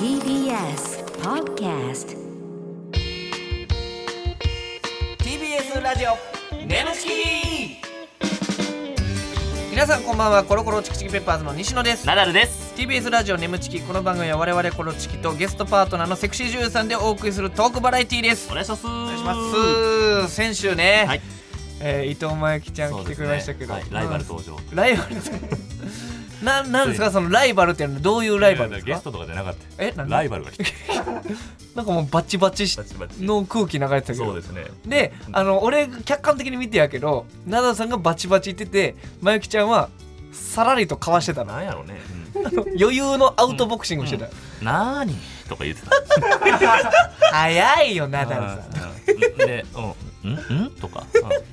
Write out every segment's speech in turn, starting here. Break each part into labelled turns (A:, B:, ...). A: TBS Podcast
B: TBS ラジオネムチキ皆さんこんばんはコロコロチキチキペッパーズの西野です
C: ナダルです。
B: TBS ラジオネムチキこの番組は我々コロチキとゲストパートナーのセクシー女優さんでお送りするトークバラエティーです
C: お願いします。お願
B: お願いします先週ね、
C: はい。
B: えー伊藤真由紀ちゃん来てくれましたけど、
C: はいライバル登場。
B: ライバル ななんですかそのライバルっていうのはどういうライバルです
C: ゲス
B: か
C: トとかじゃなかった。
B: えなんで
C: ライバルが来て。
B: なんかもうバチバチし
C: バチバチ
B: の空気流れてたけど
C: そうですね。
B: で、あの俺客観的に見てやけどナダルさんがバチバチ言っててまゆきちゃんはさらりとかわしてたな
C: なんやろうね。
B: 余裕のアウトボクシングしてた、
C: なーにとか言ってた。
B: 早いよナダルさん
C: うんで、うん、うん、うんとか、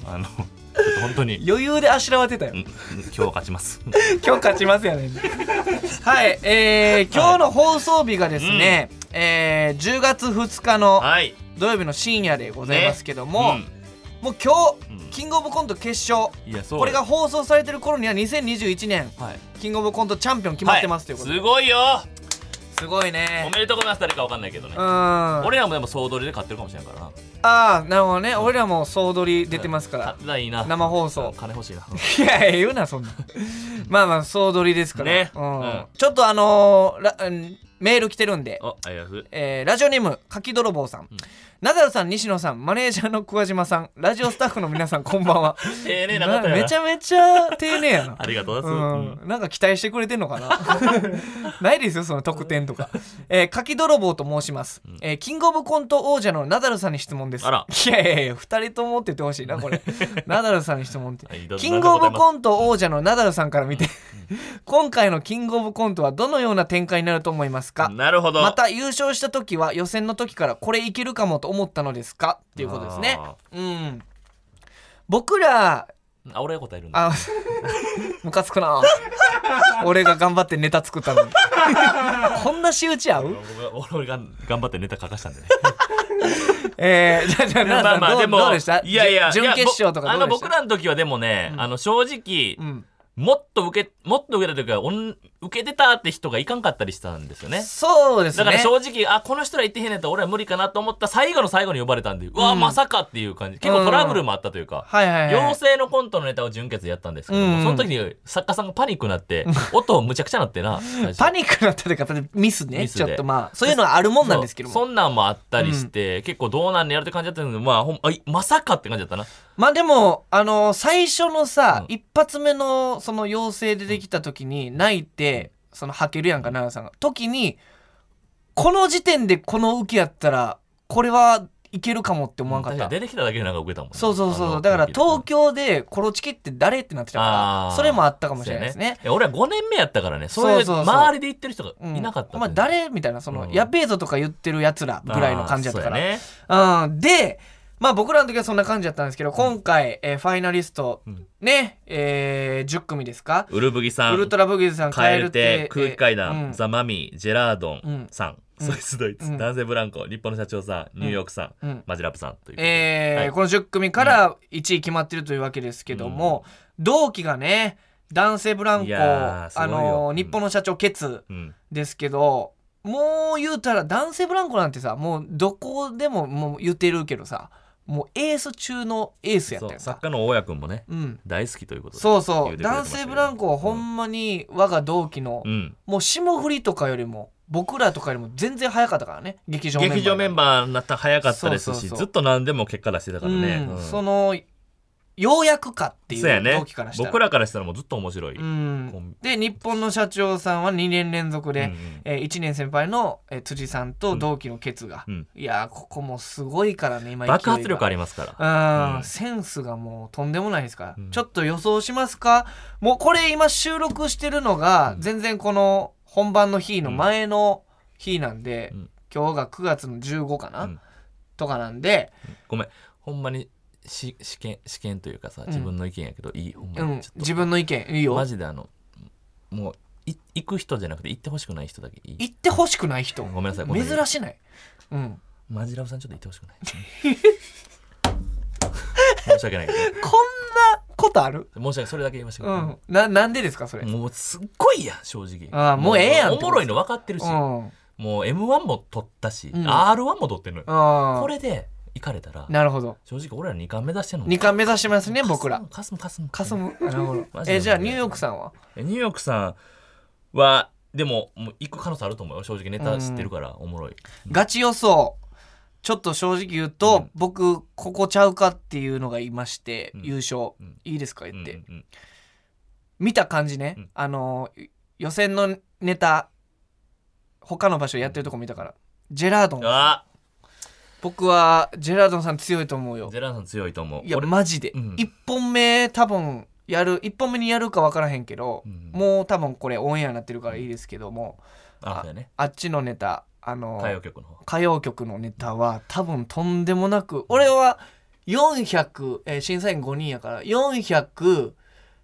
C: うんあの、ちょっと本当に、
B: 余裕であしらわってたよ、
C: うんうん今日は勝ちます。
B: 今日勝ちますよ ねはいえー、今日の放送日がですね、えー10月2日の
C: はい。
B: 土曜日の深夜でございますけども、
C: うん
B: もう今日、
C: うん
B: キングオブコント決勝
C: いや、そう。
B: これが、放送されてる頃には2021年
C: はい。
B: キングオブコントチャンピオン決まってますということで、
C: すごいよ
B: すごいね
C: おめでとうございます。誰かわかんないけどね
B: う。ん。
C: 俺らもでも総取りで勝ってるかもしれないからな。
B: ああ、なるほどね。俺らも総取り出てますから
C: 勝。てたらいいな。
B: 生放送
C: 金欲しいな。
B: いや、ええ言うな、そんな。まあまあ、総取りですから。
C: ね
B: うん
C: うん
B: ちょっとあのーらうんメール来てるんで。
C: あ、ありがとう。
B: えーラジオネーム、柿泥棒さん。ナダルさん、西野さん、マネージャーの桑島さん、ラジオスタッフの皆さん、こんばんは。
C: え えね、なか
B: な
C: ったよな
B: めちゃめちゃ丁寧やな。
C: ありがとうございます。うん
B: うん、なんか期待してくれてんのかな ないですよその特典とか、えー、柿泥棒と申します、えーキングオブコント王者のナダルさんに質問です
C: あら
B: いやいやいや2人ともって言ってほしいな これナダルさんに質問って
C: はいどうぞ
B: キングオブコント王者のナダルさんから見て今回のキングオブコントはどのような展開になると思いますか
C: なるほど。
B: また優勝した時は予選の時からこれいけるかもと思ったのですかっていうことですね
C: あ
B: うん僕ら
C: あ、俺が答えるんだ。
B: あ、 ムカつくな。俺が頑張ってネタ作ったのに。こんな仕打ち合う
C: 僕が俺が頑張ってネタ書かしたん でね。
B: えー、じゃあ、じゃあ、奈々さん、どうどうでした
C: いやいや、
B: じゅ準決勝と
C: い
B: か
C: やぼ
B: ど
C: あ
B: う
C: の、
B: でした
C: 僕らの時はでもね、あの、正直、
B: うん、
C: もっと受け、もっと受けた時は、おん受けてたって人がいかんかったりしたんですよね。
B: そうですね。
C: だから正直、あ、この人ら言ってへんねやったら俺は無理かなと思った最後の最後に呼ばれたんで、うわ、まさかっていう感じ。結構トラブルもあったというか。
B: はいはいはい。
C: 妖精のコントのネタを純潔でやったんですけど
B: う
C: も、
B: ん
C: その時に作家さんがパニックになって、音むちゃくちゃなってな。最初
B: パニックになったというか、ミスね
C: ミス
B: ち
C: で
B: ょっとまあ、そういうのはあるもんなんですけど
C: そ
B: も。
C: うそんなんもあったりして、結構どうなんねやるって感じだったんですけど、まあ、ほんあいまさかって感じだったな。
B: まあでも、あの最初のさ、
C: うん
B: 一発目のその妖精でできた時に泣いて、その吐けるやんか、奈々さんが。時に、この時点でこの受けやったら、これはいけるかもって思わんかっ
C: 確
B: た
C: に。出てきただけでなんか受けたもんね、
B: そうそうそうそ
C: あ
B: う
C: の
B: だから東
C: 時
B: 京でコロチキって誰ってなってたか
C: あ
B: ら
C: ー
B: それもあったか
C: 々
B: もしれないですね。
C: や俺は5年目やったからね、そういう
B: そうそうそう
C: 周りで言ってる人
B: う
C: が
B: ん
C: いなかったん
B: お前
C: だよね。
B: 誰みたいなその、
C: うん
B: やべえぞとか言ってるやつらぐらいの感じやったか
C: あーそう
B: ら。
C: ね
B: うん、で、まあ、僕らの時はそんな感じやったんですけど今回、えーファイナリスト、
C: ん
B: ね、えー10組ですか、
C: ウルブギさん、
B: ウルトラブギーズさん
C: カエ
B: 蛙
C: ル
B: 亭
C: テ、空気階
B: えーう
C: 段、
B: ん
C: ザ・マミィ、ジェラード
B: うん
C: ンさん、ソイツドイ
B: う
C: ツ、
B: ん
C: 男性ブランコ、日本の社長さん、ニューヨークさ
B: うんうん
C: ん、マジラブさんという。
B: えー
C: はい
B: この10組から1位決まってるというわけですけども、同期がね男性ブラン
C: い
B: コ、
C: やーすご
B: あ
C: いよ
B: の
C: うん
B: 日本の社長ケツ、
C: うん
B: ですけどもう言うたら男性ブランコなんてさもうどこでももう言ってるけどさもうエース中のエースやっ
C: そ
B: た
C: う
B: やん
C: 作
B: か
C: 家の大家君もね、
B: うん
C: 大好きということで。
B: そうそ
C: 言
B: う
C: てくれてま
B: 男
C: したけど
B: 性ブランコはほんまに我が同期の、
C: うん
B: もう霜降りとかよりも僕らとかよりも全然早かったからね劇場メンバー
C: 劇場メンバーになったら早かったで
B: そう
C: す
B: そう
C: し
B: そう
C: ずっと何でも結果出してたからね、
B: うん
C: うん
B: そのようやくかってい
C: そうや
B: う
C: ね
B: 同期からしたら
C: 僕らからしたらもうずっと面白い、
B: うん
C: コン
B: で日本の社長さんは2年連続で、
C: うんうん
B: え1年先輩の、えー辻さんと同期のケツが、
C: うん
B: いやーここもすごいからね今
C: 爆発力あ
B: り
C: りますから
B: あ
C: うん
B: センスがもうとんでもないですから、
C: うん
B: ちょっと予想しますかもうこれ今収録してるのが
C: うん
B: 全然この本番の日の前の日なんで、
C: うん
B: 今日が9月の15かな、
C: うん
B: とかなんで、
C: ごめんほんまにし試験試験というかさ
B: ん
C: 自分の意見やけど、いいほんま
B: う
C: に、
B: ん
C: ちょっ、と
B: 自分の意見いいよ
C: マジであのもうい行く人じゃなくて行ってほしくない人だけいい
B: 行ってほしくない人
C: ごめんなさいごめんなさい
B: 珍しない、うん、
C: マジラブさんちょっと行ってほしくない 申し訳ないけど
B: こんなこことある
C: 申し訳ないそれだけ言いましたけ
B: う
C: ど、
B: んななんでですかそれ
C: もうすっごいやん正直
B: あーもうええやんって
C: おもろいの分かってるし、
B: うん
C: もう m 1も取ったし、
B: うん
C: r 1も取ってるのよ、
B: あ
C: こ
B: ー
C: れで行かれたら
B: なるほど
C: 正直俺ら2冠目指してんの
B: 2冠目指してますね僕ら
C: かすむかすむ
B: かすむなるほど
C: マジで
B: えじゃあニューヨークさんは
C: えニューヨークさんはでももう行く可能性あると思うよ正直ネタ知ってるからおもろい、
B: ガチ予想ちょっと正直言うと、僕ここちゃうかっていうのがいまして、
C: うん
B: 優勝、
C: うん
B: いいですか
C: う
B: 言
C: ん
B: って、
C: うん
B: 見た感じね、
C: うん
B: あのい予選のネタ他の場所やってるとこ見たから、ジェラード
C: うん
B: ン
C: あ
B: 僕はジェラードンさん強いと思うよ
C: ゼランさん強いと思う
B: いや
C: 俺
B: マジで、
C: うん
B: 1本目多分やる1本目にやるか分からへんけど、
C: うん
B: もう多分これオンエアになってるからいいですけども、
C: あそうやね
B: あっちのネタあの
C: 歌謡曲の方
B: 歌謡曲のネタは多分とんでもなく俺は400、えー審査員5人やから 490×5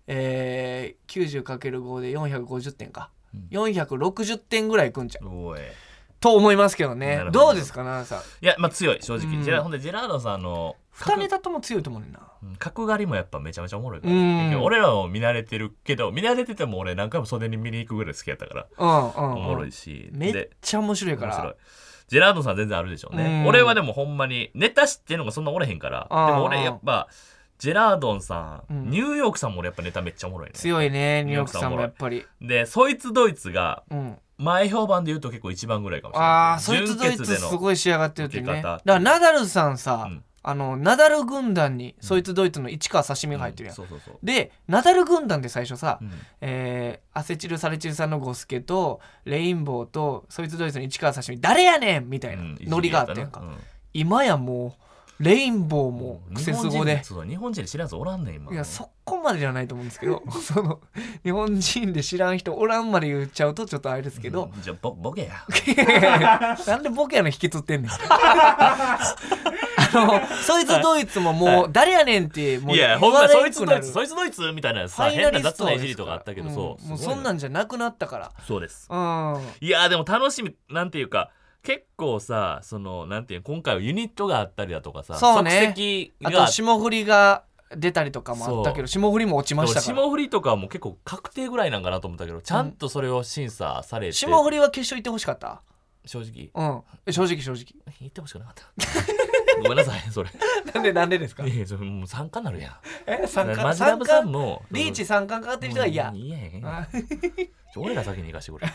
B: で450点か、
C: うん
B: 460点ぐらいいくんちゃう
C: おい
B: と思いますけどね
C: なるほど
B: どうですか奈々さん
C: いやまあ強い正直、
B: うん
C: ジェラほんでジェラードさんの
B: 2ネタとも強いと思うねんな
C: うん角刈りもやっぱめちゃめちゃおもろいから、
B: うん
C: 結局俺らも見慣れてるけど見慣れてても俺何回も袖に見に行くぐらい好きやったから、
B: うん
C: おも
B: うん、う
C: ろ
B: ん
C: い、し
B: めっ
C: で
B: ちゃ面白いか
C: 面白い
B: ら
C: ジェラードさん全然あるでしょうね、
B: うん
C: 俺はでもほんまにネタ知ってるのがそんなおれへんから
B: あー
C: でも俺やっぱジェラードンさ
B: う
C: ん、
B: ん
C: ニューヨークさんも俺やっぱネタめっちゃおもろいね
B: 強いねニ
C: ニ
B: ューヨ
C: ューヨ
B: ー
C: ー
B: ク
C: ク
B: さ
C: さ
B: ん
C: ん
B: も
C: も
B: やっぱり、
C: でそいつドイツが
B: うん、
C: 前評判で言うと結構一番ぐらいかもし
B: あ
C: れな
B: ー
C: い
B: そいつドイツす
C: い
B: ごい仕上がってるってね
C: 受け
B: だか
C: 方
B: らナダルさんさ、
C: うん
B: あのナダル軍団にそいつドイツの市川刺身が入ってるやん、
C: そうそうそう、
B: でナダル軍団で最初さ、
C: うん
B: えーアセチルサレチルさんのゴスケとレインボーとそいつドイツの市川刺身誰やねんみたいな
C: うん
B: ノリがあってんか、
C: うん
B: 今やもうレインボーもクセス語で
C: 日本人そう日本人で知らずおらんねん今
B: いやそこまでじゃないと思うんですけど その日本人で知らん人おらんまで言っちゃうとちょっとあれですけど、
C: うんじゃあボボケや
B: なんでボケやの引きつっ てんねんあのそいつドイツももう誰やねんってもう
C: いやほ
B: 言
C: んま
B: わ
C: にそ
B: れ
C: い
B: んく
C: つ
B: な
C: ドイ
B: る
C: ツそいつドイツみたいな
B: フ
C: さ
B: ァイナ
C: 変な
B: リス
C: 雑
B: ト
C: な
B: で
C: い
B: す
C: じりとかあったけど、
B: から
C: そ
B: うん
C: う
B: もう
C: すごい
B: そんなんじゃなくなったか
C: そ うです
B: らうん
C: いやーでも楽しみなんていうか結構さそのなんていうの今回はユニットがあったりだとかさ
B: そうね
C: 即席
B: あ
C: が
B: と霜降りが出たりとかもあったけ
C: そ
B: ど霜降りも落ちましたから
C: 霜降りとかはもう結構確定ぐらいなんかなと思ったけどちゃんとそれを審査されて、
B: 霜降りは決勝行ってほしかった
C: 正直
B: うんえ正直正直
C: 言ってほしくなかった ごめんなさいそれ
B: なんでなんでですか
C: いやそれもう参加になるやん
B: え
C: だ
B: 三
C: から
B: 冠
C: マジラ
B: 三
C: ブさん
B: 冠
C: も
B: リーチ
C: っ
B: 三冠かかってる人が嫌
C: いやい
B: あ
C: や俺ら先に行かしてくれ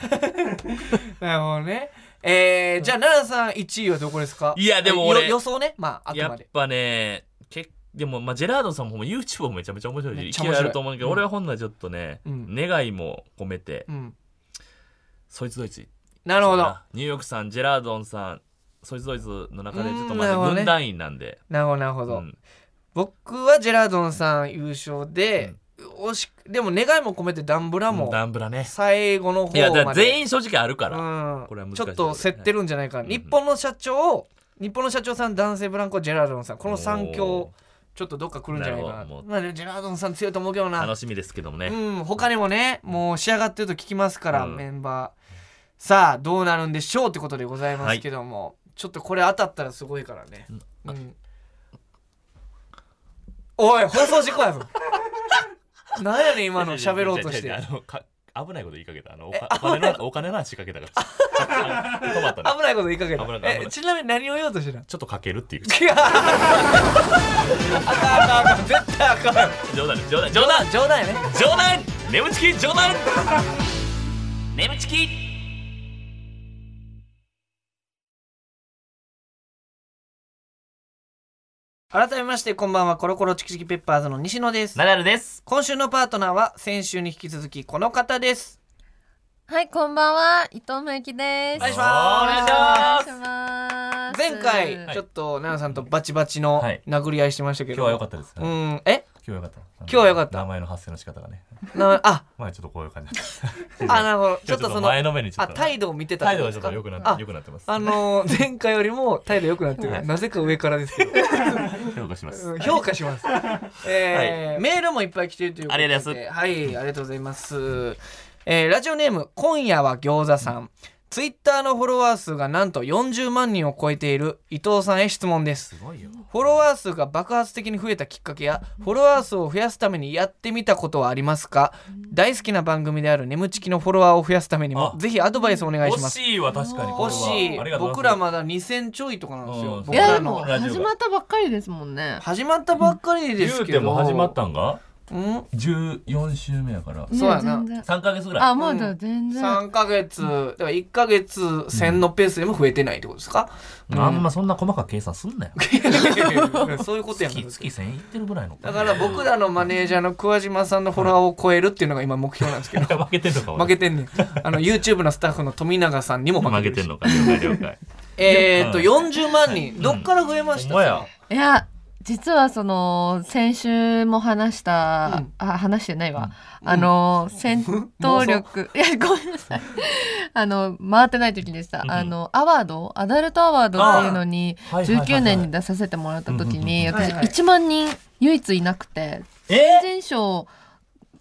B: なるほどね。えー、じゃあ奈良さん1位はどこですか
C: いやでも俺
B: よ予想ねまああく
C: や
B: ま
C: っ
B: で
C: ぱねけでも、まあ、ジェラードンさんもほんま YouTube もめちゃめちゃ面白い
B: めっ
C: し
B: ちゃ
C: 勢
B: 面白い
C: いあると思うんだけど、
B: うん
C: 俺はほんならちょっとね、
B: うん
C: 願いも込めて、
B: うん
C: そいつドイツ
B: なるほどな
C: ニューヨークさんジェラードンさんそいつドイツの中でちょっと
B: うんなるほど
C: まあ
B: ね
C: 軍団員なんで、
B: るほどなるほど、
C: うん
B: 僕はジェラードンさん優勝で、惜しくでも願いも込めてダンブラも
C: ダンブラね
B: 最後の方ま
C: い
B: で
C: やだから全
B: 員
C: 員正直あるから、これは
B: う
C: 難
B: ん、
C: し
B: ち
C: い
B: ょっと競ってるんじゃないかな、
C: うん
B: 日本の社長日本の社長さん男性ブランコジェラードンさんこの3強
C: お
B: ちょっとどっか来るんじゃないかな
C: なるほどもう
B: まあ、でもジェラードンさん強いと思うけどな
C: 楽しみですけどもね、
B: うん、他にもねもう仕上がってると聞きますから、
C: うん
B: メンバーさあどうなるんでしょうってことでございますけども、ちょっとこれ当たったらすごいからね、うんおい放送事故 やぞなんやねん今の喋ろうとし
C: い
B: て
C: やいやいやいやあのか危ないこと言いかけたあのおかお金のお金の話しかけたから 止まったな
B: 危ないこと言いかけた
C: 危ない危ない
B: えちなみに何を言おうとしてたの
C: ちょっとかけるっていう
B: いやあかんあかんあかん絶対あかん
C: 冗談です冗談冗談
B: 冗談やね
C: 冗談眠ちき冗談眠ちき
B: 改めましてこんばんはコロコロチキチキペッパーズの西野です
C: ナダルです
B: 今週のパートナーは先週に引き続きこの方です
D: はい、こんばんは、伊藤真由紀です。
B: お願いし
C: ま
D: お願い
C: す
D: します。
B: 前回ちょっと奈々さんとバチバチの
C: はい
B: 殴り合いしてましたけ
C: 今
B: ど、
C: 日は良かったです、
B: う
C: 今
B: んえ
C: 日は良かった今
B: 日は良かった
C: 名前の発声の仕方がね
B: なあ
C: 前ちょっとこういう感じだった
B: あなるほどちょっとその
C: 前のめりにちょ
B: あ
C: っと
B: 態度を見てた
C: 態度がちょっと良くなっ
B: あ
C: て良くなってます
B: あのー前回よりも態度良くなってるなぜか上からですけど
C: 評価します
B: うん評価します、えーメールもいっぱい来てるということで
C: ありがとうござい
B: はいありがとうございます、えーラジオネーム今夜は餃子さんツイッターのフォロワー数がなんと40万人を超えている伊藤さんへ質問です
C: すごいよ。
B: フォロワー数が爆発的に増えたきっかけやフォロワー数を増やすためにやってみたことはありますか大好きな番組である「眠ちき」のフォロワーを増やすためにも
C: あ
B: ぜひアドバイスお願いしま
C: 惜
B: す
C: しいわ確かにこれは
B: 欲しい
C: ありがとうご
B: 僕
C: ざ
B: ら
C: いま
B: まだ2000ちょいとかなんです
C: う
B: よ
C: ん
B: 僕
D: いや
B: ら
D: でも
B: の
C: ラジオが
D: 始まったばっかりですもんね。
B: 始まったばっかり
C: す
B: です
C: 言う
B: け
C: て
B: ど
C: も始まったんが
B: うん
C: 14週目やから
B: そうやな
D: ね全然
C: 3ヶ月ぐらい
D: あまだ全然。
B: 3ヶ月だから1ヶ月1000のペースでも増えてないってことです か、うん
C: あんまそんな細かく計算すんなよ
B: そういうことやん
C: 月月1000いってるぐらいの
B: だから僕らのマネージャーの桑島さんのフォロワーを超えるっていうのが今目標なんですけど
C: 負けてんのか俺
B: 負けてんねんあの YouTube のスタッフの富永さんにも負
C: 負
B: けて
C: けて
B: る
C: んのか了解 了解
B: えーっと40万人
C: ん
B: どっから増えました
C: ほんまや
D: いや実はその先週も話した、
B: うん
D: あ話してないわ、
B: ん
D: あの戦闘力いやごめんなさ いあの回ってない時でした、
C: うん
D: あのアワードアダルトアワードっていうのに
C: あはいはいはいは
D: 19
C: い
D: 年に出させてもらった時に
B: うんうんうん
D: 私
B: はいはい
D: 1万人唯一いなくて新
C: え
D: 人賞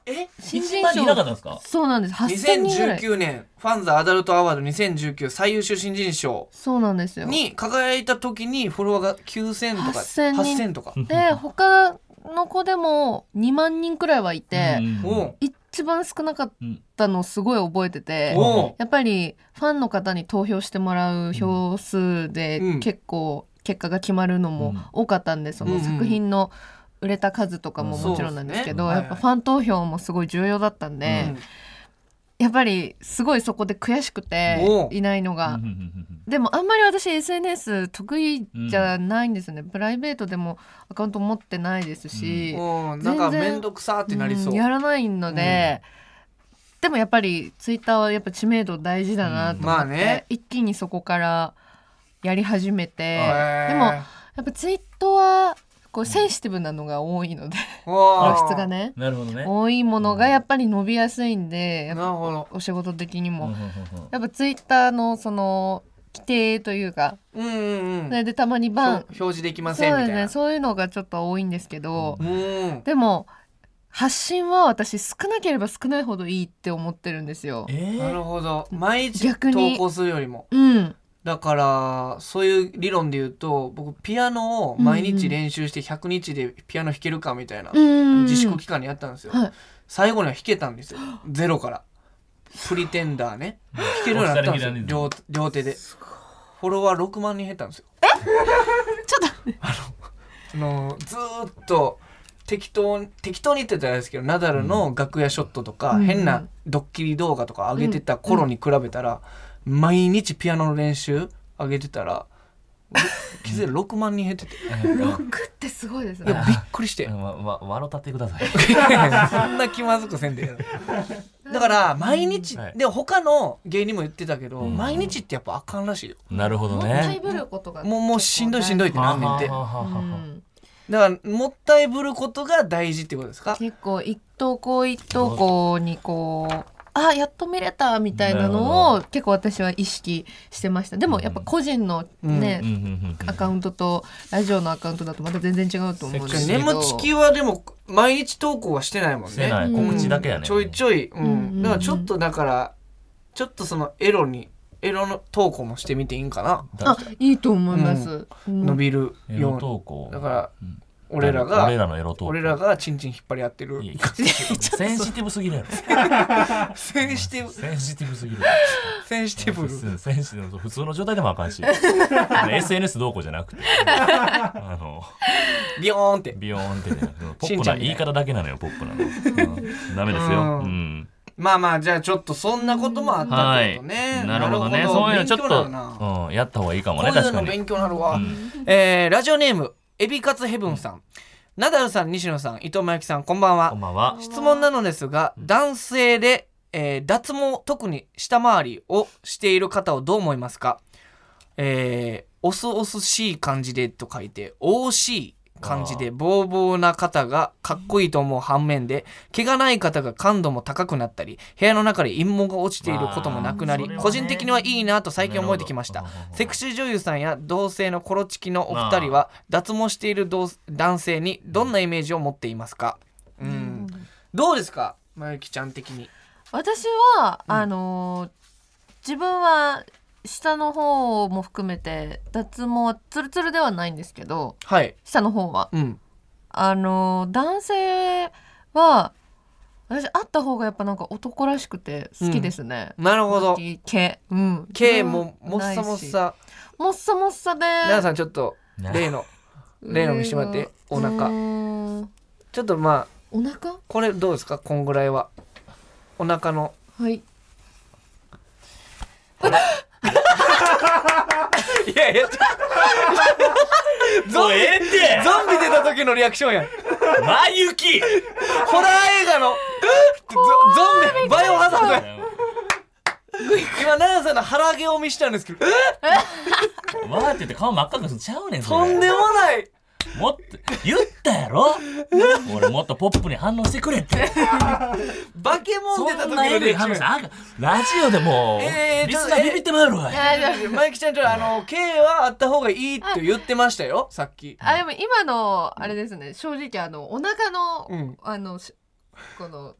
B: え
D: 新
C: 一
D: 人
C: 番いなかっ
D: 賞
C: たんですか
D: そうなんです8000人ぐらい
B: 2019年ファンザアダルトアワード2019最優秀新人賞
D: そうなんですよ
B: に輝いた時にフォロワーが9000とか
D: 8000人
B: 8000とか
D: で他の子でも2万人くらいはいて、
B: おう
D: 一番少なかったのをすごい覚えてて、
B: おう
D: やっぱりファンの方に投票してもらう票数で
B: うん
D: 結構結果が決まるのも多かったんで、そ
B: うん
D: の
B: うん
D: 作品の売れた数とかも
C: うん
D: もちろんなんですけど、
B: そうです
D: や
B: ね
D: っぱファン投票もすごい重要だったんで、やっぱりすごいそこで悔しくて
B: お
D: いないのが。でもあんまり私 SNS 得意じゃないんですよね、プライベートでもアカウント持ってないですし、
B: うんうんなんか
D: 全然
B: 面倒くさってなりそ
D: う
B: う
D: んやらないので、でもやっぱりツイッターはやっぱ知名度大事だなと思って、
B: うんまあね
D: 一気にそこからやり始めて、
B: へー
D: でもやっぱツイートはこうセンシティブなのが多いので、
B: おー
D: 露出がね
C: なるほどね
D: 多いものがやっぱり伸びやすいんでやっ
B: な
D: ぱ
B: るほど
D: お仕事的にも、
C: うんうんうんうん
D: やっぱツイッターのその規定というか、
B: うんうんうん
D: それでたまに
B: そう
D: バン
B: 表示できま
D: そ
B: せん
D: う
B: み
D: です
B: たい
D: ね
B: な
D: そういうのがちょっと多いんですけど、
B: うん
D: でも発信は私少なければ少ないほどいいって思ってるんですよ
C: え。
B: なる
C: ー
B: ほど毎日
D: 逆
B: 投
D: に
B: 稿するよりも
D: うん、
B: だからそういう理論で言うと僕ピアノを毎日練習して100日でピアノ弾けるかみたいな
D: うん
B: 自粛期間にやったんですよ、
D: はい
B: 最後には弾けたんです よゼロからプリテンダーね弾けるようになったんですよ
C: おしゃれ
B: 両両手でフォロワー6万人減ったんですよ
D: ちょっと
B: あのずーっと適当に適当に言ってたらあれですけどナダルの楽屋ショットとか、
D: うん
B: 変なドッキリ動画とか上げてた頃に比べたら、毎日ピアノの練習上げてたら 気づいたら6万人減っててい
D: クってすごいです
B: や
D: ね。
B: びっくりして
C: うんわわ笑たってください
B: そんな気まずくせんでだから毎日、
C: はい
B: で他の芸人も言ってたけど、
C: うん
B: 毎日ってやっぱあかんらしいよ
C: なるほ
D: も
C: ど
D: ったい
C: ね
D: ぶることが
B: もうもうしんどいしんどいって
C: は
B: な
C: あ
B: んねん
C: は
B: って
C: あはあ
D: う
C: はあ
D: ん
B: だからもったいぶることが大事ってことですか
D: 結構一投稿一投稿にこう。あやっと見れたみたいなの
C: な
D: を結構私は意識してましたでもやっぱ個人のね、
C: うんうんうんうん
D: アカウントとラジオのアカウントだとまた全然違うと思うんですけど
B: 眠ちきはでも毎日投稿はしてないもんね
C: してない
D: うん
C: 告知だけやね
B: ちょいちょい、うん
D: うんうんうん
B: だからちょっとだからちょっとそのエロにエロの投稿もしてみていいんかな、
C: だ
D: あいいと思います、うん
B: 伸びる
C: エ
B: よ
C: ロ
B: うに
C: 投稿
B: だから
C: うん
B: 俺らが
C: 俺らのエロ投稿
B: 俺らがチンチン引っ張り合ってる
C: いや いやセンシティブすぎるやろ
B: センシティブ
C: センシティブすぎる
B: センシティブ
C: うんセンシティブ普通の状態でもあか んしあの SNS どうこうじゃなくてあの
B: ビヨーンって
C: ビヨーンってねうんポ
B: し
C: ッ
B: ん
C: プ
B: ちゃ
C: なん
B: みたい
C: 言い方だけなのよポップなの、うんダメですよ、
B: うん
C: うん
B: まあまあじゃあちょっとそんなこともあったってことね、
C: なるほどねそういうのちょっ
B: 勉強になるな
C: と、うん、やった方がいいかも
B: こう
C: ね
B: いう
C: 確
B: の
C: かに
B: 勉強になるわ、
C: うん
B: えーラジオネームエビカツヘブンさん、ナダルさん西野さん伊藤真由紀さんこんばんは
C: こんばんは
B: 質問なのですが男性で、えー脱毛特に下回りをしている方をどう思いますかえー、おすおすしい感じでと書いて OC 感じでボーボーな方がかっこいいと思う反面で毛がない方が感度も高くなったり部屋の中で陰毛が落ちていることもなくなり、
C: まあそれはね
B: 個人的にはいいなと最近思えてきました
C: なるほど
B: セクシー女優さんや同性のコロチキのお二人は脱毛している同男性にどんなイメージを持っていますか、うんどうですかまゆきちゃん的に。
D: 私は、あのー自分は下の方も含めて脱毛はツルツルではないんですけど
B: はい。
D: 下の方は
B: うん。
D: あの男性は私会った方がやっぱなんか男らしくて好きですね、
B: なるほど。
D: 毛うん
B: 毛ももっさもっさ。
D: もっさもっさで
B: 皆さんちょっと
C: な
B: 例の例の見してもらってお腹
D: うーん
B: ちょっとまあ
D: お腹
B: これどうですかこんぐらいは。お腹の
D: はい
B: いやい やちょ
C: もうええって
B: ゾンビ出た時のリアクションやん。
C: 真雪
B: ホラー映画のゾゾンビバイオハザードや。今奈々さんの腹上げを見したんですけど、え
C: わーって言って顔真っ赤くするちゃうねんそ
B: と
C: れ
B: んでもない。
C: もっと言ったやろ俺もっとポップに反応してくれって
B: バケモン出た
C: そ
B: 時
C: んな
B: の
C: エグ
B: リ
C: い
B: アク
C: 話
B: ション。
C: あかんラジオでも
B: えー
C: リ
B: ちょっと
C: スナービビってまうやろおい
D: あでも
B: マイキちゃんちょあの K はあった方がいいって言ってましたよさっき。
D: あでも今のあれですね正直あのお腹の、
B: うん
D: あのしこの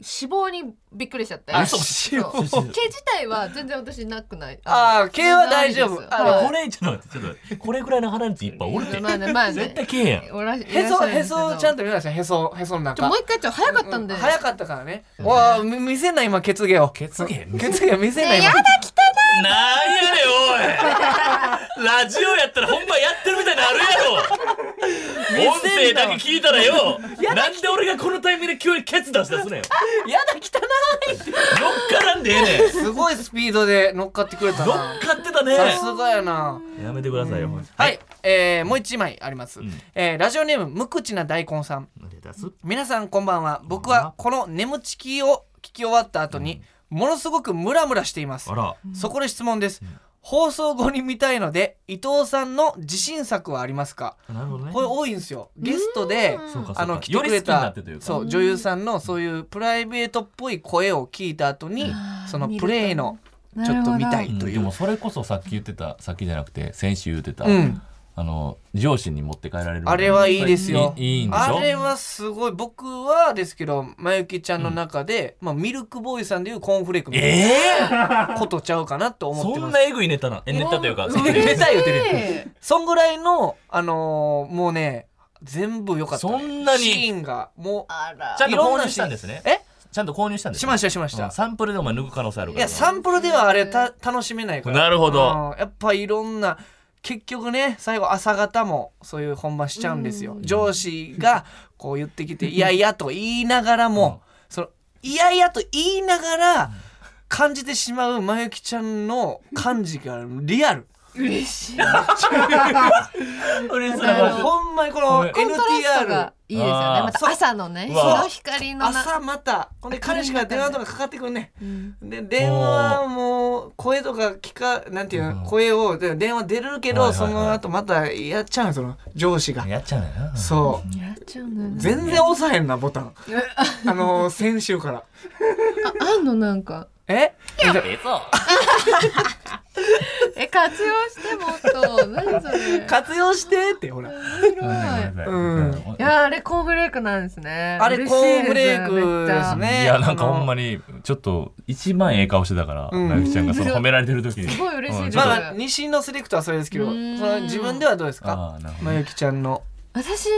D: 脂肪にびっくりしちゃって
B: あ
D: そう
B: 脂肪
D: そう毛自体は全然私なくない
B: あー毛は大丈
D: な
B: 夫
D: いです
B: あの
D: はい
C: これちょっと待ってちょっと待ってこれぐらいの腹についていっぱいおるって
D: まあねまあ
C: 絶
D: ね
C: 対けえやん
D: おらしい
B: へ
D: らっしゃ
B: そ
D: るんで
B: へ
D: すけど
B: そちゃんと見ましたへそへその
D: ちょ
B: 中
D: もう。一回ちょっと早かったんで、
B: うん早かったからね。わあみ見せない今血芸を。
C: 血 芸
B: 血芸見せない
D: ねや
B: 今。
C: なんやねんおいラジオやったらほんまやってるみたいなのあるやろ音声だけ聞いたらよなんで俺がこのタイミングで急にケツ出し出すねん乗っ
B: やだ汚い。
C: からんでええねん
B: すごいスピードで乗っかってくれた
C: 乗
B: な
C: っ。かってたね
B: さすがやな。
C: やめてくださいよはい
B: はい、えーもう一枚あります、
C: ん
B: えーラジオネーム無口な大根さん
C: 出す
B: 皆さんこんばんは僕はこの眠ちきを聞き終わった後に、ものすごくムラムラしています
C: あら
B: そこで質問です、放送後に見たいので伊藤さんの自信作はありますか
C: なるほどね
B: これ多いんですよゲストで
C: そうかそうか
B: あの来て
C: よ
B: く
C: り
B: れ
C: 好きにな
B: た
C: ってというか
B: そう女優さんのそういうプライベートっぽい声を聞いた後に
D: あー
B: そのプレイの
D: 見る
B: ち
D: と
B: ょっと見た
D: う
B: いとい
C: で
B: う、
C: もそれこそさっき言ってたさっきじゃなくて先週言ってた、
B: うん
C: あの上司に持って帰られる
B: あれはいいですよ。
C: いいいんでしょ
B: あれはすごい。僕はですけど、まゆきちゃんの中で、まあ、ミルクボーイさんでいうコーンフレークみたい
C: ええ
B: なことちゃうかなと思って
C: そ
B: ま
C: ん
B: す
C: な。えぐいネタなえネタという か
D: う
C: そ
D: ん
C: ういう
B: ネタ言うてる。
D: ええ
B: そんぐらいの、あのーもうね、全部良かった、ね。
C: そんなに
B: シーンが、も
D: あら
C: ちゃんと
B: いろん
C: 購
B: な
C: 入したんですね
B: う、え
C: ちゃんと購入したんです
B: し
C: ね
B: ましたしまし
C: うん
B: た。
C: サンプルでお前脱ぐ可能性ある
B: い
C: から
B: や、サンプルではあれた楽しめないから。
C: なるほど
B: うんやっぱいろんな、結局ね、最後朝方もそういう本番しちゃうんですよ。上司がこう言ってき て、いやいやと言いながらも、その、いやいやと言いながら、感じてしまうまゆきちゃんの感じがリアル。
D: 嬉しい
C: 嬉
D: い
C: し
D: なるほど
B: ほんまにこの
D: コントラスト
B: NTR
D: が。いいですよね
C: あー
D: また朝のね日
C: うわ
D: の光のな
B: 朝またほんで彼氏から電話とかかかってくるね
D: うん
B: で電話も声とか聞かなんていうの声をで電話出るけ
C: はい
B: ど
C: はいは
B: そ
C: い
B: の後またやっちゃうんその上司が
C: やっちゃうねんな
B: そう
D: やっちゃうね
B: 全然押さへんなボタンあの先週から
D: ああんのなんか
B: え
C: ええぞ
D: え活用してもっと何それ
B: 活用してってほら
D: 面白い
B: うん
D: いやーあれコーンフレークなんですね
B: あれ
D: 嬉
B: コ
D: しいで
B: ーン
D: す
B: フレークです
D: めっち
B: ね
C: いやなんかほんま
B: に
C: にちょっと一番ええ顔してたから、
B: うん
C: まゆきちゃんがその褒められてる時に
D: すごい嬉しいです
C: ちょっと
B: まあ西のセレクトはそれですけど
D: う
B: そ
D: ーん
B: の自分ではどうですか
C: ああなるほど
B: まゆきちゃんの
D: ゃ私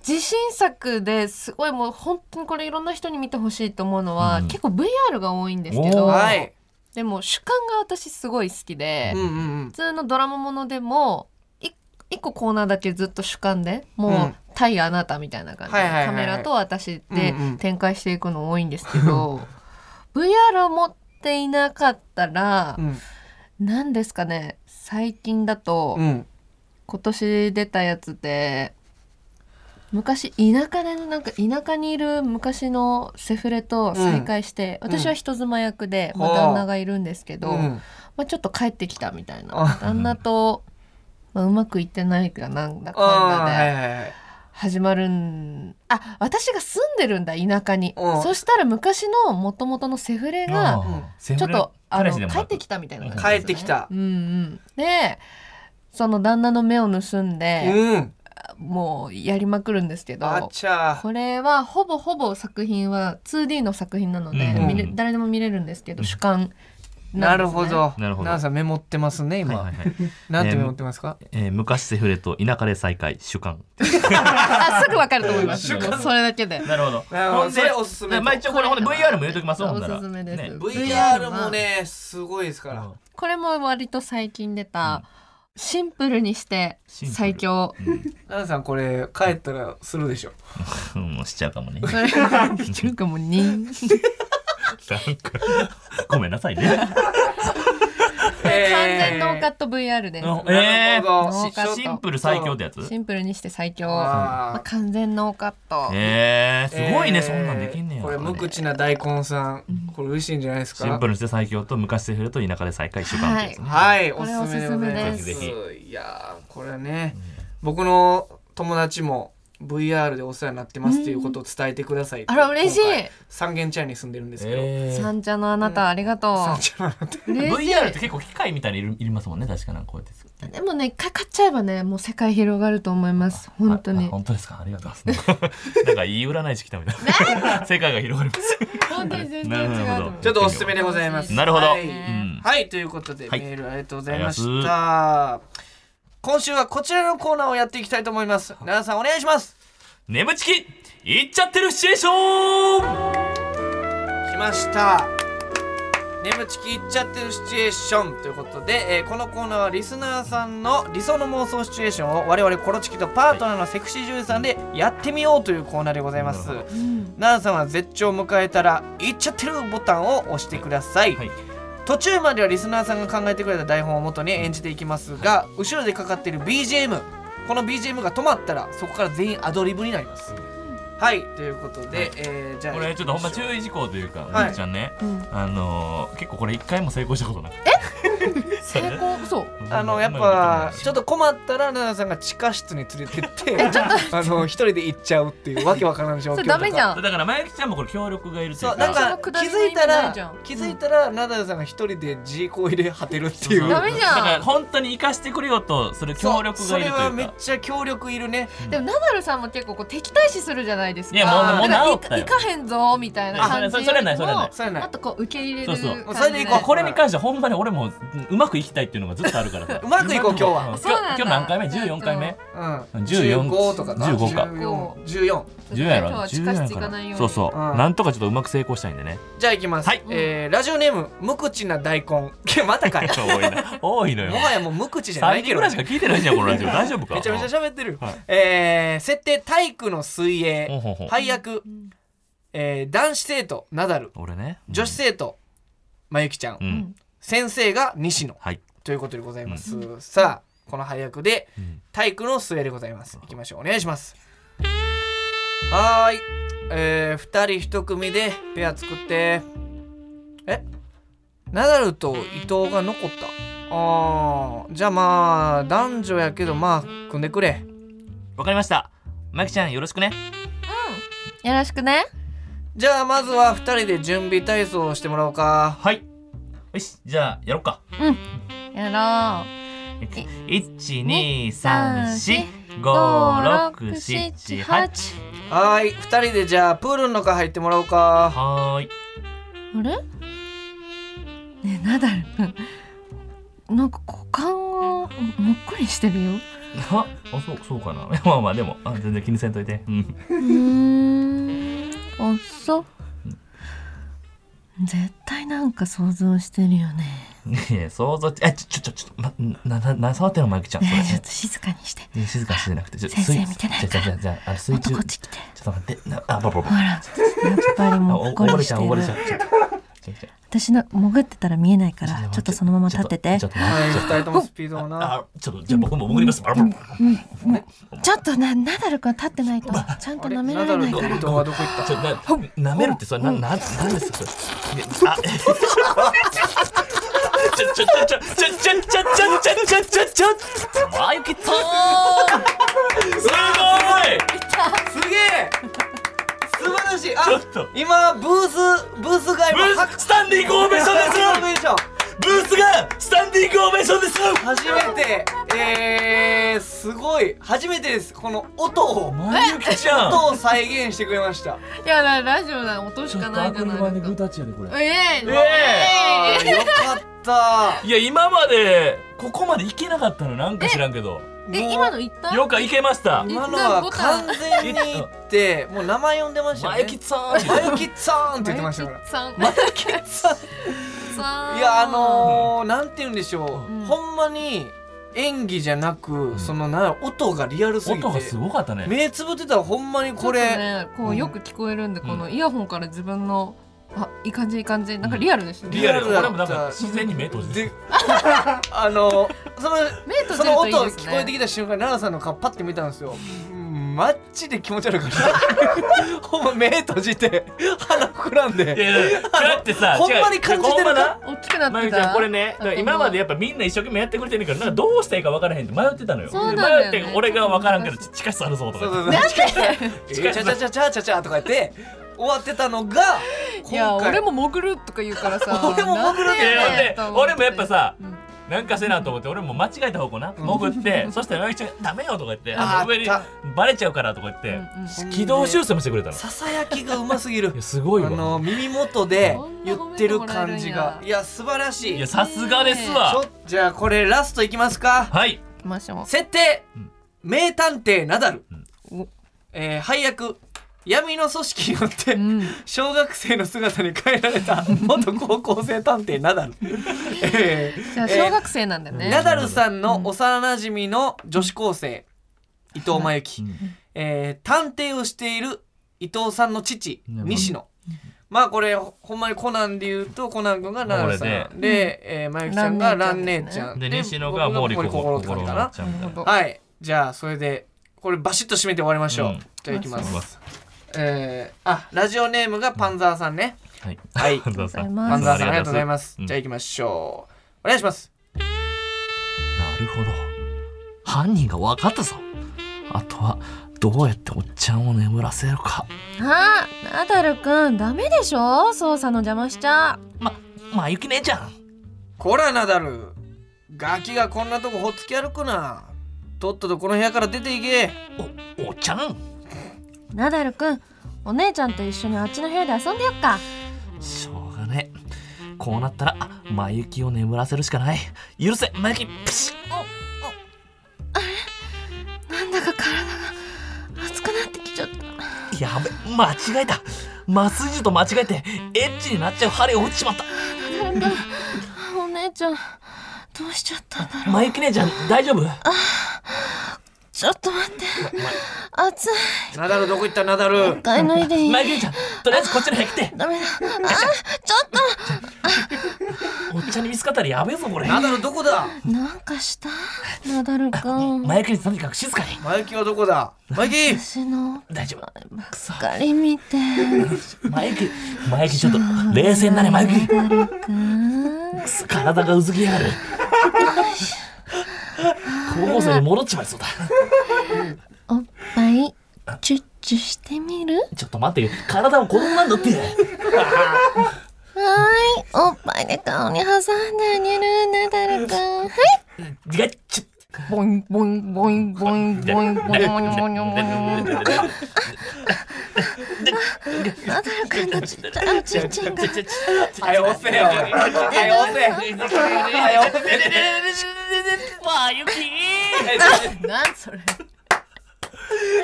D: 自信作ですごいもう本当にこれいろんな人に見てほしいと思うのは、
C: うん
D: 結構 VR が多いんですけど
C: おー
B: はい
D: でも主観が私すごい好きで、
B: うんうんうん
D: 普通のドラマものでもい一個コーナーだけずっと主観でもう、
B: うん
D: 対あなたみたいな感じで、
B: はいはいはいはい
D: カメラと私
B: う
D: で
B: んうん
D: 展開していくの多いんですけ ど、VR を持っていなかったら
B: う、ん
D: 何ですかね最近だと、
B: うん
D: 今年出たやつで昔田舎でなんか田舎にいる昔のセフレと再会して、
B: ん
D: 私は人妻役で、
B: うん
D: まあ
B: はあ
D: 旦那がいるんですけど、
B: うん
D: まあ、ちょっと帰ってきたみたい
B: あ
D: な旦那と、まあ、うまくいってないかなんだ
B: ああ
D: かん
B: は
D: だ
B: い
D: で
B: はいはい
D: 始まるんあ私が住んでるんだ田舎に
B: うん
D: そしたら昔の元々のセフレが
C: ち
D: ちょっとあの帰ってき
C: た
D: たみたいな感じ
B: 帰ってきた
D: うんうん、でその旦那の目を盗んで、
B: うん
D: もうやりまくるんですけ
B: あっ
D: ど
B: ちゃ
D: これはほぼほぼ作品は 2D の作品なので、
C: うんうん
D: 見れ誰でも見れるんですけど主観
B: なるほど。
C: なるほど
B: ナナさんメモってますね、今。
C: はいはいはい
B: なんてメモってますか、
C: えー昔セフレと田舎で再会主観
D: あすぐわかると思います
C: 主観
D: もうそれだけで
C: なるほど
B: なるほどそれおすすめと
C: まあ一応これほんで VR も入れときますよほんなら
D: おすすめです
C: ね
B: VR もね、すごいですから。
C: うん
D: これも割と最近出た、シンプルにして
C: シンプル
D: 最 強
B: ナナさんこれ、帰ったらするでしょ。
C: うんもうしちゃうかもね
D: それができるかも人
C: なんかごめんなさいね
D: 完全ノーカット VR です、
C: うん
B: な
C: え
B: るほ
D: ノ
B: ど
D: ーカッ
C: ー、
D: ト
C: シンプル最強ってやつ
D: シンプルにして最強、
B: わー
D: まあ、完全ノーカット、
C: えー、すごいね、
B: えー
C: そんなんできんねや
B: これ、無口
C: シ
B: な大根さん。これ、嬉しいんじゃないですか。
C: ンプルにして最強と昔セフレと田舎で再会主観ってやつね、
B: はい、
D: こ
B: おす
D: れ
B: すめでございます。
C: おすすめ
B: いやー、これはね、僕の友達も VR でお世話になってますっていうことを伝えてくださいって。
D: あら嬉しい
B: 今回三軒茶屋に住んでるんですけど。
C: えー
D: 三茶のあなた、ありがとう
B: 三茶屋なんて
D: 嬉しい
C: VR って結構機械みたいにいるいりますもんね確かなんかこうやって作って
D: でもね一回買っちゃえばねもう世界広がると思います本当
C: ああ
D: に
C: 本当ですかありがとうございますなんかいい占い師来たみたいな 世界が広がります
D: 本当に全
C: な
D: 然違うと
C: る
D: 思
C: ほ
D: う
C: ど
B: ちょっとおすすめでございます。
C: なるほど、
B: はい
C: うん
B: はい、ということで、
C: はい
B: メールありがとうございま
C: あり
B: し
C: が
B: た。今週はこちらのコーナーをやっていきたいと思います。奈良さんお願いします。
C: 眠ちきいっちゃってるシチュエーション
B: 来ました眠ちきいっちゃってるシチュエーションということで、えーこのコーナーはリスナーさんの理想の妄想シチュエーションを我々コロチキとパートナーのセクシー女優さんでやってみようというコーナーでございます
C: なる
B: 奈良さんは絶頂を迎えたら「いっちゃってる!」ボタンを押してください、
C: はい
B: 途中まではリスナーさんが考えてくれた台本を元に演じていきますが、後ろでかかっている BGM この BGM が止まったらそこから全員アドリブになります、はいということで、
C: はい
B: えーじゃあ
C: これちょっとほんま注意事項というか、
B: はい
C: みっちゃんね、
D: うん
C: あのー、結構これ一回も成功したことなくて
D: 成功そう
B: あのやっぱちょっと困ったら奈々さんが地下室に連れてってあの一人で行っちゃうっていうわけわからん状況
D: そ
B: と
D: れ
B: か
D: ダメじゃん
C: だからまゆきちゃんもこれ協力がいるという
B: そう
C: か
B: なんか
D: そのくだ
B: 気
D: りの
B: づいた
D: 意味な
B: ら
D: いじゃん
B: 気づいたら奈々さんが一人で自行入れ果てるっていう
D: ダメじゃん
C: だから本当に生かしてくれよとそれ協力がいるという
B: そうそれはめっ
C: か
B: ちゃ協力いるね
D: でもナダルさんも結構こう敵対視するじゃないですか。
C: いやもう
D: だから
C: もう治ったよ
D: いかへんぞみたいな感じよりも
C: あそれそれはないそれはない
B: それはない
D: もっとこう受け入れる
C: そ
D: 感じ
C: うそ
D: で。
C: う
B: もうそれでいこう
C: これに関してはほんまに俺もうんうまくいきたいっていうのがずっとあるからさ
B: うまくいこう今日は
C: ん
D: そうなんだ
C: 今日今日何回目 ?14 回目
B: うん
C: 14
B: 15とかな
C: 15か
B: 14
C: 10やろ
D: 今日は地
C: 10
D: 下
C: や
D: 室行
C: か
D: からないように。
C: そうそう、
B: うん
C: なんとかちょっとうまく成功したいん でね
B: じゃあいきます、
C: はい
B: えーラジオネーム無口な大根 またかい
C: 多いな多いのよ
B: もはやもう無口じゃな
C: 3
B: い
C: 人
B: け
C: ぐ
B: ど
C: らいしか聞いてないじゃんこの ラジオ大丈夫か
B: めちゃめちゃ喋ってる、
C: はい
B: えー設定体育の水泳、
C: ほんほんほん
B: 配役、えー男子生徒ナダル
C: 俺ね
B: 女子生徒まゆきちゃん、
C: うん、うん
B: 先生が西野
C: はい
B: ということでございます、さあこの配役で
C: うん
B: 体育の水泳でございますいきましょうお願いしますはーいえー、2人1組でペア作ってえナダルと伊藤が残ったあーじゃあまあ男女やけどまあ組んでくれ
C: わかりましたまきちゃんよろしくね
D: よろしくね。
B: じゃあまずは2人で準備体操をしてもらおうか
C: はいよしじゃあやろっか
D: やろ
C: 一
D: 二
C: 二
D: 三
C: 三
D: 四
C: 四
D: う。
C: 五六七八。
B: はーい2人でじゃあプールの中入ってもらおうか
C: はーい。
D: あれ？ねえナダル君、なんか股間がもっこりしてるよ。
C: あ、あそうそうかな。 まあまあでもあ全然気にせんといて。うん。
D: うーん、あそう。絶対なんか想像してるよね。
C: いや想像ってあちょちょちょちょまななな触ってんのマイクちゃん。それ
D: ね えちょっと静かにして。
C: いや静かにしてなくてちょ
D: 先生
C: 水
D: 見てない
C: じゃ
D: から
C: じゃじゃああの水
D: も
C: 中
D: っとこっち来て。
C: ちょっと待ってなあぼぼぼ
D: ほら、やっぱりもう
C: お
D: ここ
C: 溺れ
D: に
C: ち
D: し
C: ゃ
D: て
C: う溺れ
D: る
C: ちゃう。ちょちょちょ
D: 私の潜ってたら見えないから、ちょっとそのまま立ってて。
C: ち
D: ち
C: ょ
D: ょ
C: っと待って
B: はい2人ともスピードをな
C: あちょっとじゃあ僕も潜ります。バラバラ
D: っとな、ナダル君立ってないと、ちゃんと舐められない
B: ナダ
D: か
B: ルと伊
D: ら。
B: 藤はどこ行った
C: ちょな舐めるってそれなななんですかそれ。いやあえちょちょちょちょちょちょちょちょちょちょちょ。マイキトすごい。
B: すげえ素晴らしいあ
C: ちょっと
B: 今ブースブース外も
C: ブーススタンディングオベーションです
B: スタンディングオベーション
C: ブースがスタンディングオベーションです
B: 初めてえー、すごい初めてですこの音を
C: 前ゆきちゃん
B: 音を再現してくれました
D: いやなラジオな音しかないじゃないですか
C: タッチやねこ
D: ええ
B: ええー、よかっ
C: いや今までここまでいけなかったのなんか知らんけど
B: た
D: え
B: もう
D: 今の言った
C: よかいけました
B: 今のは完全に言ってもう名前呼んでましたよ
C: 前
B: ね
C: ゆきさん
B: マユキツァーンって言ってましたから
D: さん
B: マユキツァーンいやあのー、なんて言うんでしょう、
D: うん
B: ほんまに演技じゃなく、
C: ん
B: そのなんやろ音がリアルすぎて
C: 音がすごかったね
B: 目つぶってたらほんまにこ
D: これ、
B: れ、
D: ね、こ
B: う
D: うんよく聞こえるんで、
C: うん
D: このイヤホンから自分のあいい感じいい感じなんかリアルでしたね、
C: リアル
B: だった
C: 俺もなんか自然に目閉じて
B: で あのその
D: 目閉
B: そ
D: じ
B: の
D: る
B: 音
D: といいですね
B: 聞こえてきた瞬間奈良さんの顔パッて見たんですようんマッチで気持ち悪かった ほんま目閉じて鼻膨らん
C: い
B: で
C: やいやだってさ
B: ほんまに
C: 違う
B: 感じてるか
C: ほんまな
D: 大きくな
C: ま
D: っ
C: ゆ
D: て
C: ちゃ
D: た
C: んこれねだから今までやっぱみんな一生懸命やってくれてるけどなんかどうしたらいいか分からへんって迷ってたのよ
D: そうなんだよね
C: 迷って俺が分からんけどち近しさあるぞと
B: そう
C: か
B: そうそう 「ち
C: 近
B: ゃ
C: い
B: ちゃちゃちゃちゃちゃちゃ」とか言って終わってたのが
D: いや
B: 今
D: 俺
B: 回
D: も潜るとか言うからさ
B: 俺も潜るって
C: 言うよ
D: なんでやねんと思
C: で俺もやっぱさ
D: うん
C: なんかせなと思って俺も間違えた方向な
B: うん
C: 潜ってそしたらまゆきちゃん「ダメよ」とか言って「あ
B: あ
C: の上に
B: た
C: バレちゃうから」とか言って
D: うんうん
C: 軌道修正もしてくれたのい
B: ささやきがうますぎる
C: やすごい
B: あ
C: わ
B: の耳元で言ってる感じが
D: こんな褒めてもらえるんや
B: いや素晴らしい
C: いやさすがですわ
B: ちょじゃあこれラストいきますか
C: はい
D: 行きましょう
B: 設定、
C: うん
B: 名探偵ナダル、
D: お
B: えー配役闇の組織によって、
D: うん
B: 小学生の姿に変えられた元高校生探偵ナ ダル、えー
D: じゃあ小学生なんだよ
C: えー
B: ナ
D: ね
B: ダルさんの幼馴染の女子高生、伊藤真由紀、えー探偵をしている伊藤さんの父、
C: ね
B: 西野まあこれほほんまにコナンで言うとコナン君がナダルさん
C: もう
B: で
C: こ
B: えー真由紀ちゃんがラン姉ちゃん
C: で西野が毛利心
B: 心
C: 心
B: って感
C: 心
B: じ
C: に
B: か
C: な
B: な
C: っちゃうみたいな
B: はいじゃあそれでこれバシッと締めて終わりましょう、
C: うん
B: じゃあいきま
C: う
B: す
C: わ
B: えー、あラジオネームがパンザーさんね、
C: はい
B: はい
C: パンザーさ ん
B: パ
D: パ
B: ン
D: ン
B: ザーさんありがとうございます、
C: うん
B: じゃあ行きましょうお願いします
C: なるほど犯人が分かったぞあとはどうやっておっちゃんを眠らせるか
D: あナダルくんダメでしょ操作の邪魔しちゃ
C: まゆき姉ちゃん
B: こらナダルガキがこんなとこほっつき歩くなとっととこの部屋から出ていけ
C: おおっちゃん
D: ナダルくんお姉ちゃんと一緒にあっちの部屋で遊んでよっか
C: しょうがねえこうなったらまゆきを眠らせるしかない許せまゆきプシッ
D: なんだか体が熱くなってきちゃった
C: やべ間違えた麻酔銃と間違えてエッチになっちゃう針を打っちまった
D: お姉ちゃんどうしちゃったんだろう
C: まゆき姉ちゃん大丈夫ま
D: ちょっと待って熱い
B: ナダルどこ行ったナダル
D: 一回脱いでいい
C: まゆき姉ちゃんとりあえずこっちの部屋来て
D: ダメだあちょっと
C: おっちゃんに見つかったらやべえぞこれ
B: ナダルどこだ
D: なんかしたナダルくん
C: まゆきにとにかく静かに
B: マユキはどこだマユキ
D: 私の
C: 大丈夫くそ
D: かり見て
C: マイキ、マイキちょっと冷静になれ、マイキ。
D: ナダルくん
C: くそ体がうずきやがる。高校生に戻っちまいそうだ。
D: おっぱいチュッチュしてみる
C: ちょっと待ってよ、体も子供なんだって。
D: はーいおっぱいで顔に挟んであげるナダルくんはい
C: いや、ちょ
D: ボインボインボインボインボインボインボインボインボインボインボインナダルくんのちっちゃいおちっちゃいが
B: はよ押せよはよ押せはよ押せ
C: まゆき
D: なんそれ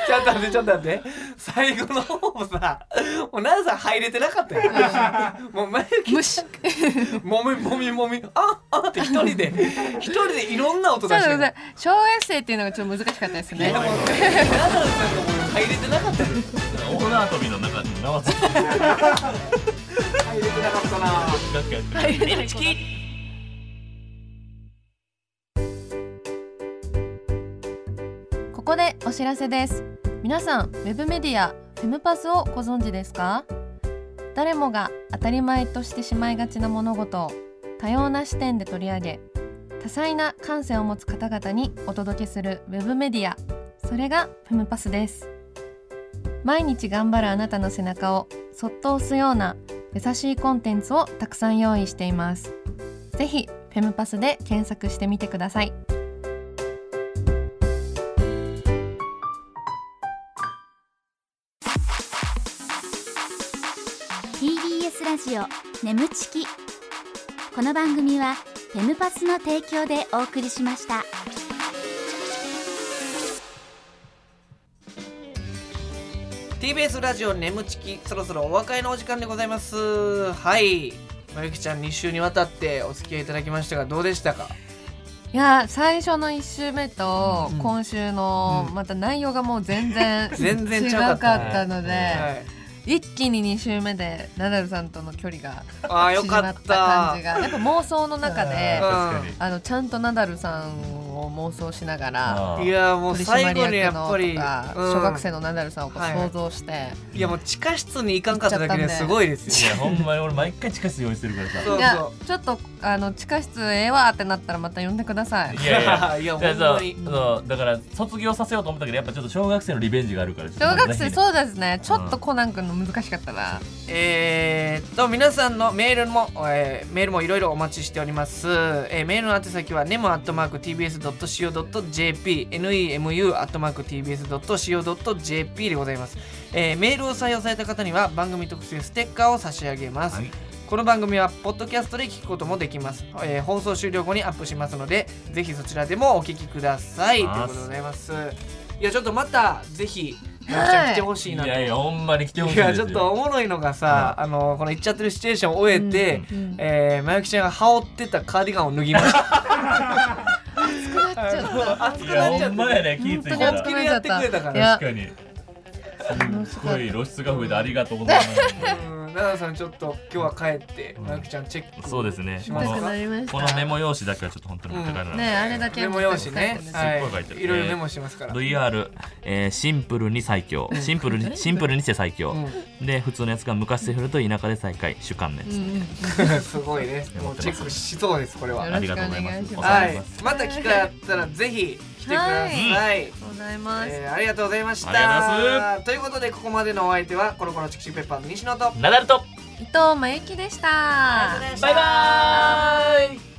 B: ちょっと待ってちょっと待って最後の方もさもうナダルさん入れてなかったよもうマユキ
D: 無視
B: もみもみもみああって一人で一人でいろんな音出
D: そう
B: して
D: そう
B: る
D: そう小学生っていうのがちょっと難しかったです
B: いや
D: ね
B: もうナダルさんがもう入れてなかったよ
C: 大縄跳びの中に縄つなんか
B: 入れてなかったな
C: やってる。ねちき
D: ここでお知らせです皆さんウェブメディアフェムパスをご存知ですか誰もが当たり前としてしまいがちな物事を多様な視点で取り上げ多彩な感性を持つ方々にお届けするウェブメディアそれがフェムパスです毎日頑張るあなたの背中をそっと押すような優しいコンテンツをたくさん用意していますぜぜひフェムパスで検索してみてください
E: ラジオ眠ちきこの番組はフェムパスの提供でお送りしました
B: ー TBS ラジオ眠ちきそろそろお別れのお時間でございますはいまゆきちゃん2週にわたってお付き合いいただきましたがどうでしたか
D: いやー最初の1週目と
B: うん
D: 今週の
B: うん
D: また内容がもう全然
B: 全然
D: 違
B: ちゃうか
D: か
B: っ
D: ったた
B: ね
D: の
B: は
D: で
B: い
D: 一気に2週目でナダルさんとの距離が
B: あーよ
D: 縮
B: か
D: まっ
B: ったた
D: 感じがやっぱ妄想の中で
B: うん
C: 確かに
D: あのちゃんとナダルさんを妄想しながら
C: あー
B: いやーもう
D: 取
B: 最
D: 締
B: 後にや
D: 役
B: っ
D: の
B: ぱり、
D: とか
B: うん
D: 小学生のナダルさんをこう
B: はい
D: 想像して
B: いやもう地下室に行かんかっただけですごいです
C: い
B: よ
C: やほんまに俺毎回地下室用意してるからさ
B: そう
D: いやちょっとあの地下室ええわってなったらまた呼んでください
C: いやい
B: いや
C: やいや
B: ほん
C: そ
B: ま
C: う
B: に
C: そうだから卒業させようと思ったけどやっぱちょっと小学生のリベンジがあるからちょっと
D: 小学生
C: ね
D: そうですねちょっとコナン君の難しかったな
B: えー、っと皆さんのメールも、えーメールもいろいろお待ちしております、えーメールの宛先は nemu.tbs.co.jp nemu.tbs.co.jp でございます、えーメールを採用された方には番組特製ステッカーを差し上げます、
C: はい
B: この番組はポッドキャストで聞くこともできます、えー放送終了後にアップしますのでぜひそちらでもお聞きくださいと
C: ま
B: いう
C: す
B: ことでございますいやちょっとまたぜひ直ちゃん来てほしい
C: い
B: なと
C: やいやほんまに来てほしい
B: い
C: ですよ
B: やちょっとおもろいのがさ、あのこの言っちゃってるシチュエーションを終えて、
D: うんうん
B: えー、まゆきちゃんが羽織ってたカーディガンを脱ぎまし
D: 熱
B: た。
D: くなっちゃった
B: 熱く
C: いや
B: なっちゃ
C: ほ
B: って
C: んまやね気
D: 本
C: ぃつ
D: 当
C: い
D: に
C: た
D: 熱くなっちゃった
C: ら
B: やってくれたか
D: い
B: ら
D: や
C: 確かにすごい露出が増えてありがとうございま
B: うん奈々さんちょっと今日は帰って、
C: うん
B: まゆきちゃんチェック。
C: すそうですね
B: し
C: こ
B: ま
D: 痛
B: す
D: くな
C: の
D: りました
C: このメモ用紙だけはちょっと本当に持って帰らない、
D: ねあれだけ
B: メモ用紙ね
D: 持って帰ってね、
C: すっごい書い
B: は
C: てる
B: い、いろいろメモしてますから。
C: VR、えーシンプルに最強シンプ ルにシンプルにして最強、で普通のやつが昔で振ると田舎で再会主観のやつ、
B: うん すごいね。
C: メ
B: も
C: モ
B: う
C: って
B: チェ
C: ます
B: ックしそうですこれは。
D: よろ
B: は
C: ありがとうございま
D: よろ
C: す
D: しくお
C: お世話
D: 願
B: い
C: になります、。
B: また機会あったらぜひ来てください。
D: ございます、
B: えーありがとうございました。
C: ありがとうござい
B: ということでここまでのお相手はコロコロチキチキペッパーの西野と。
C: ナダルと
D: 伊藤真由紀でした
B: バイバーイ。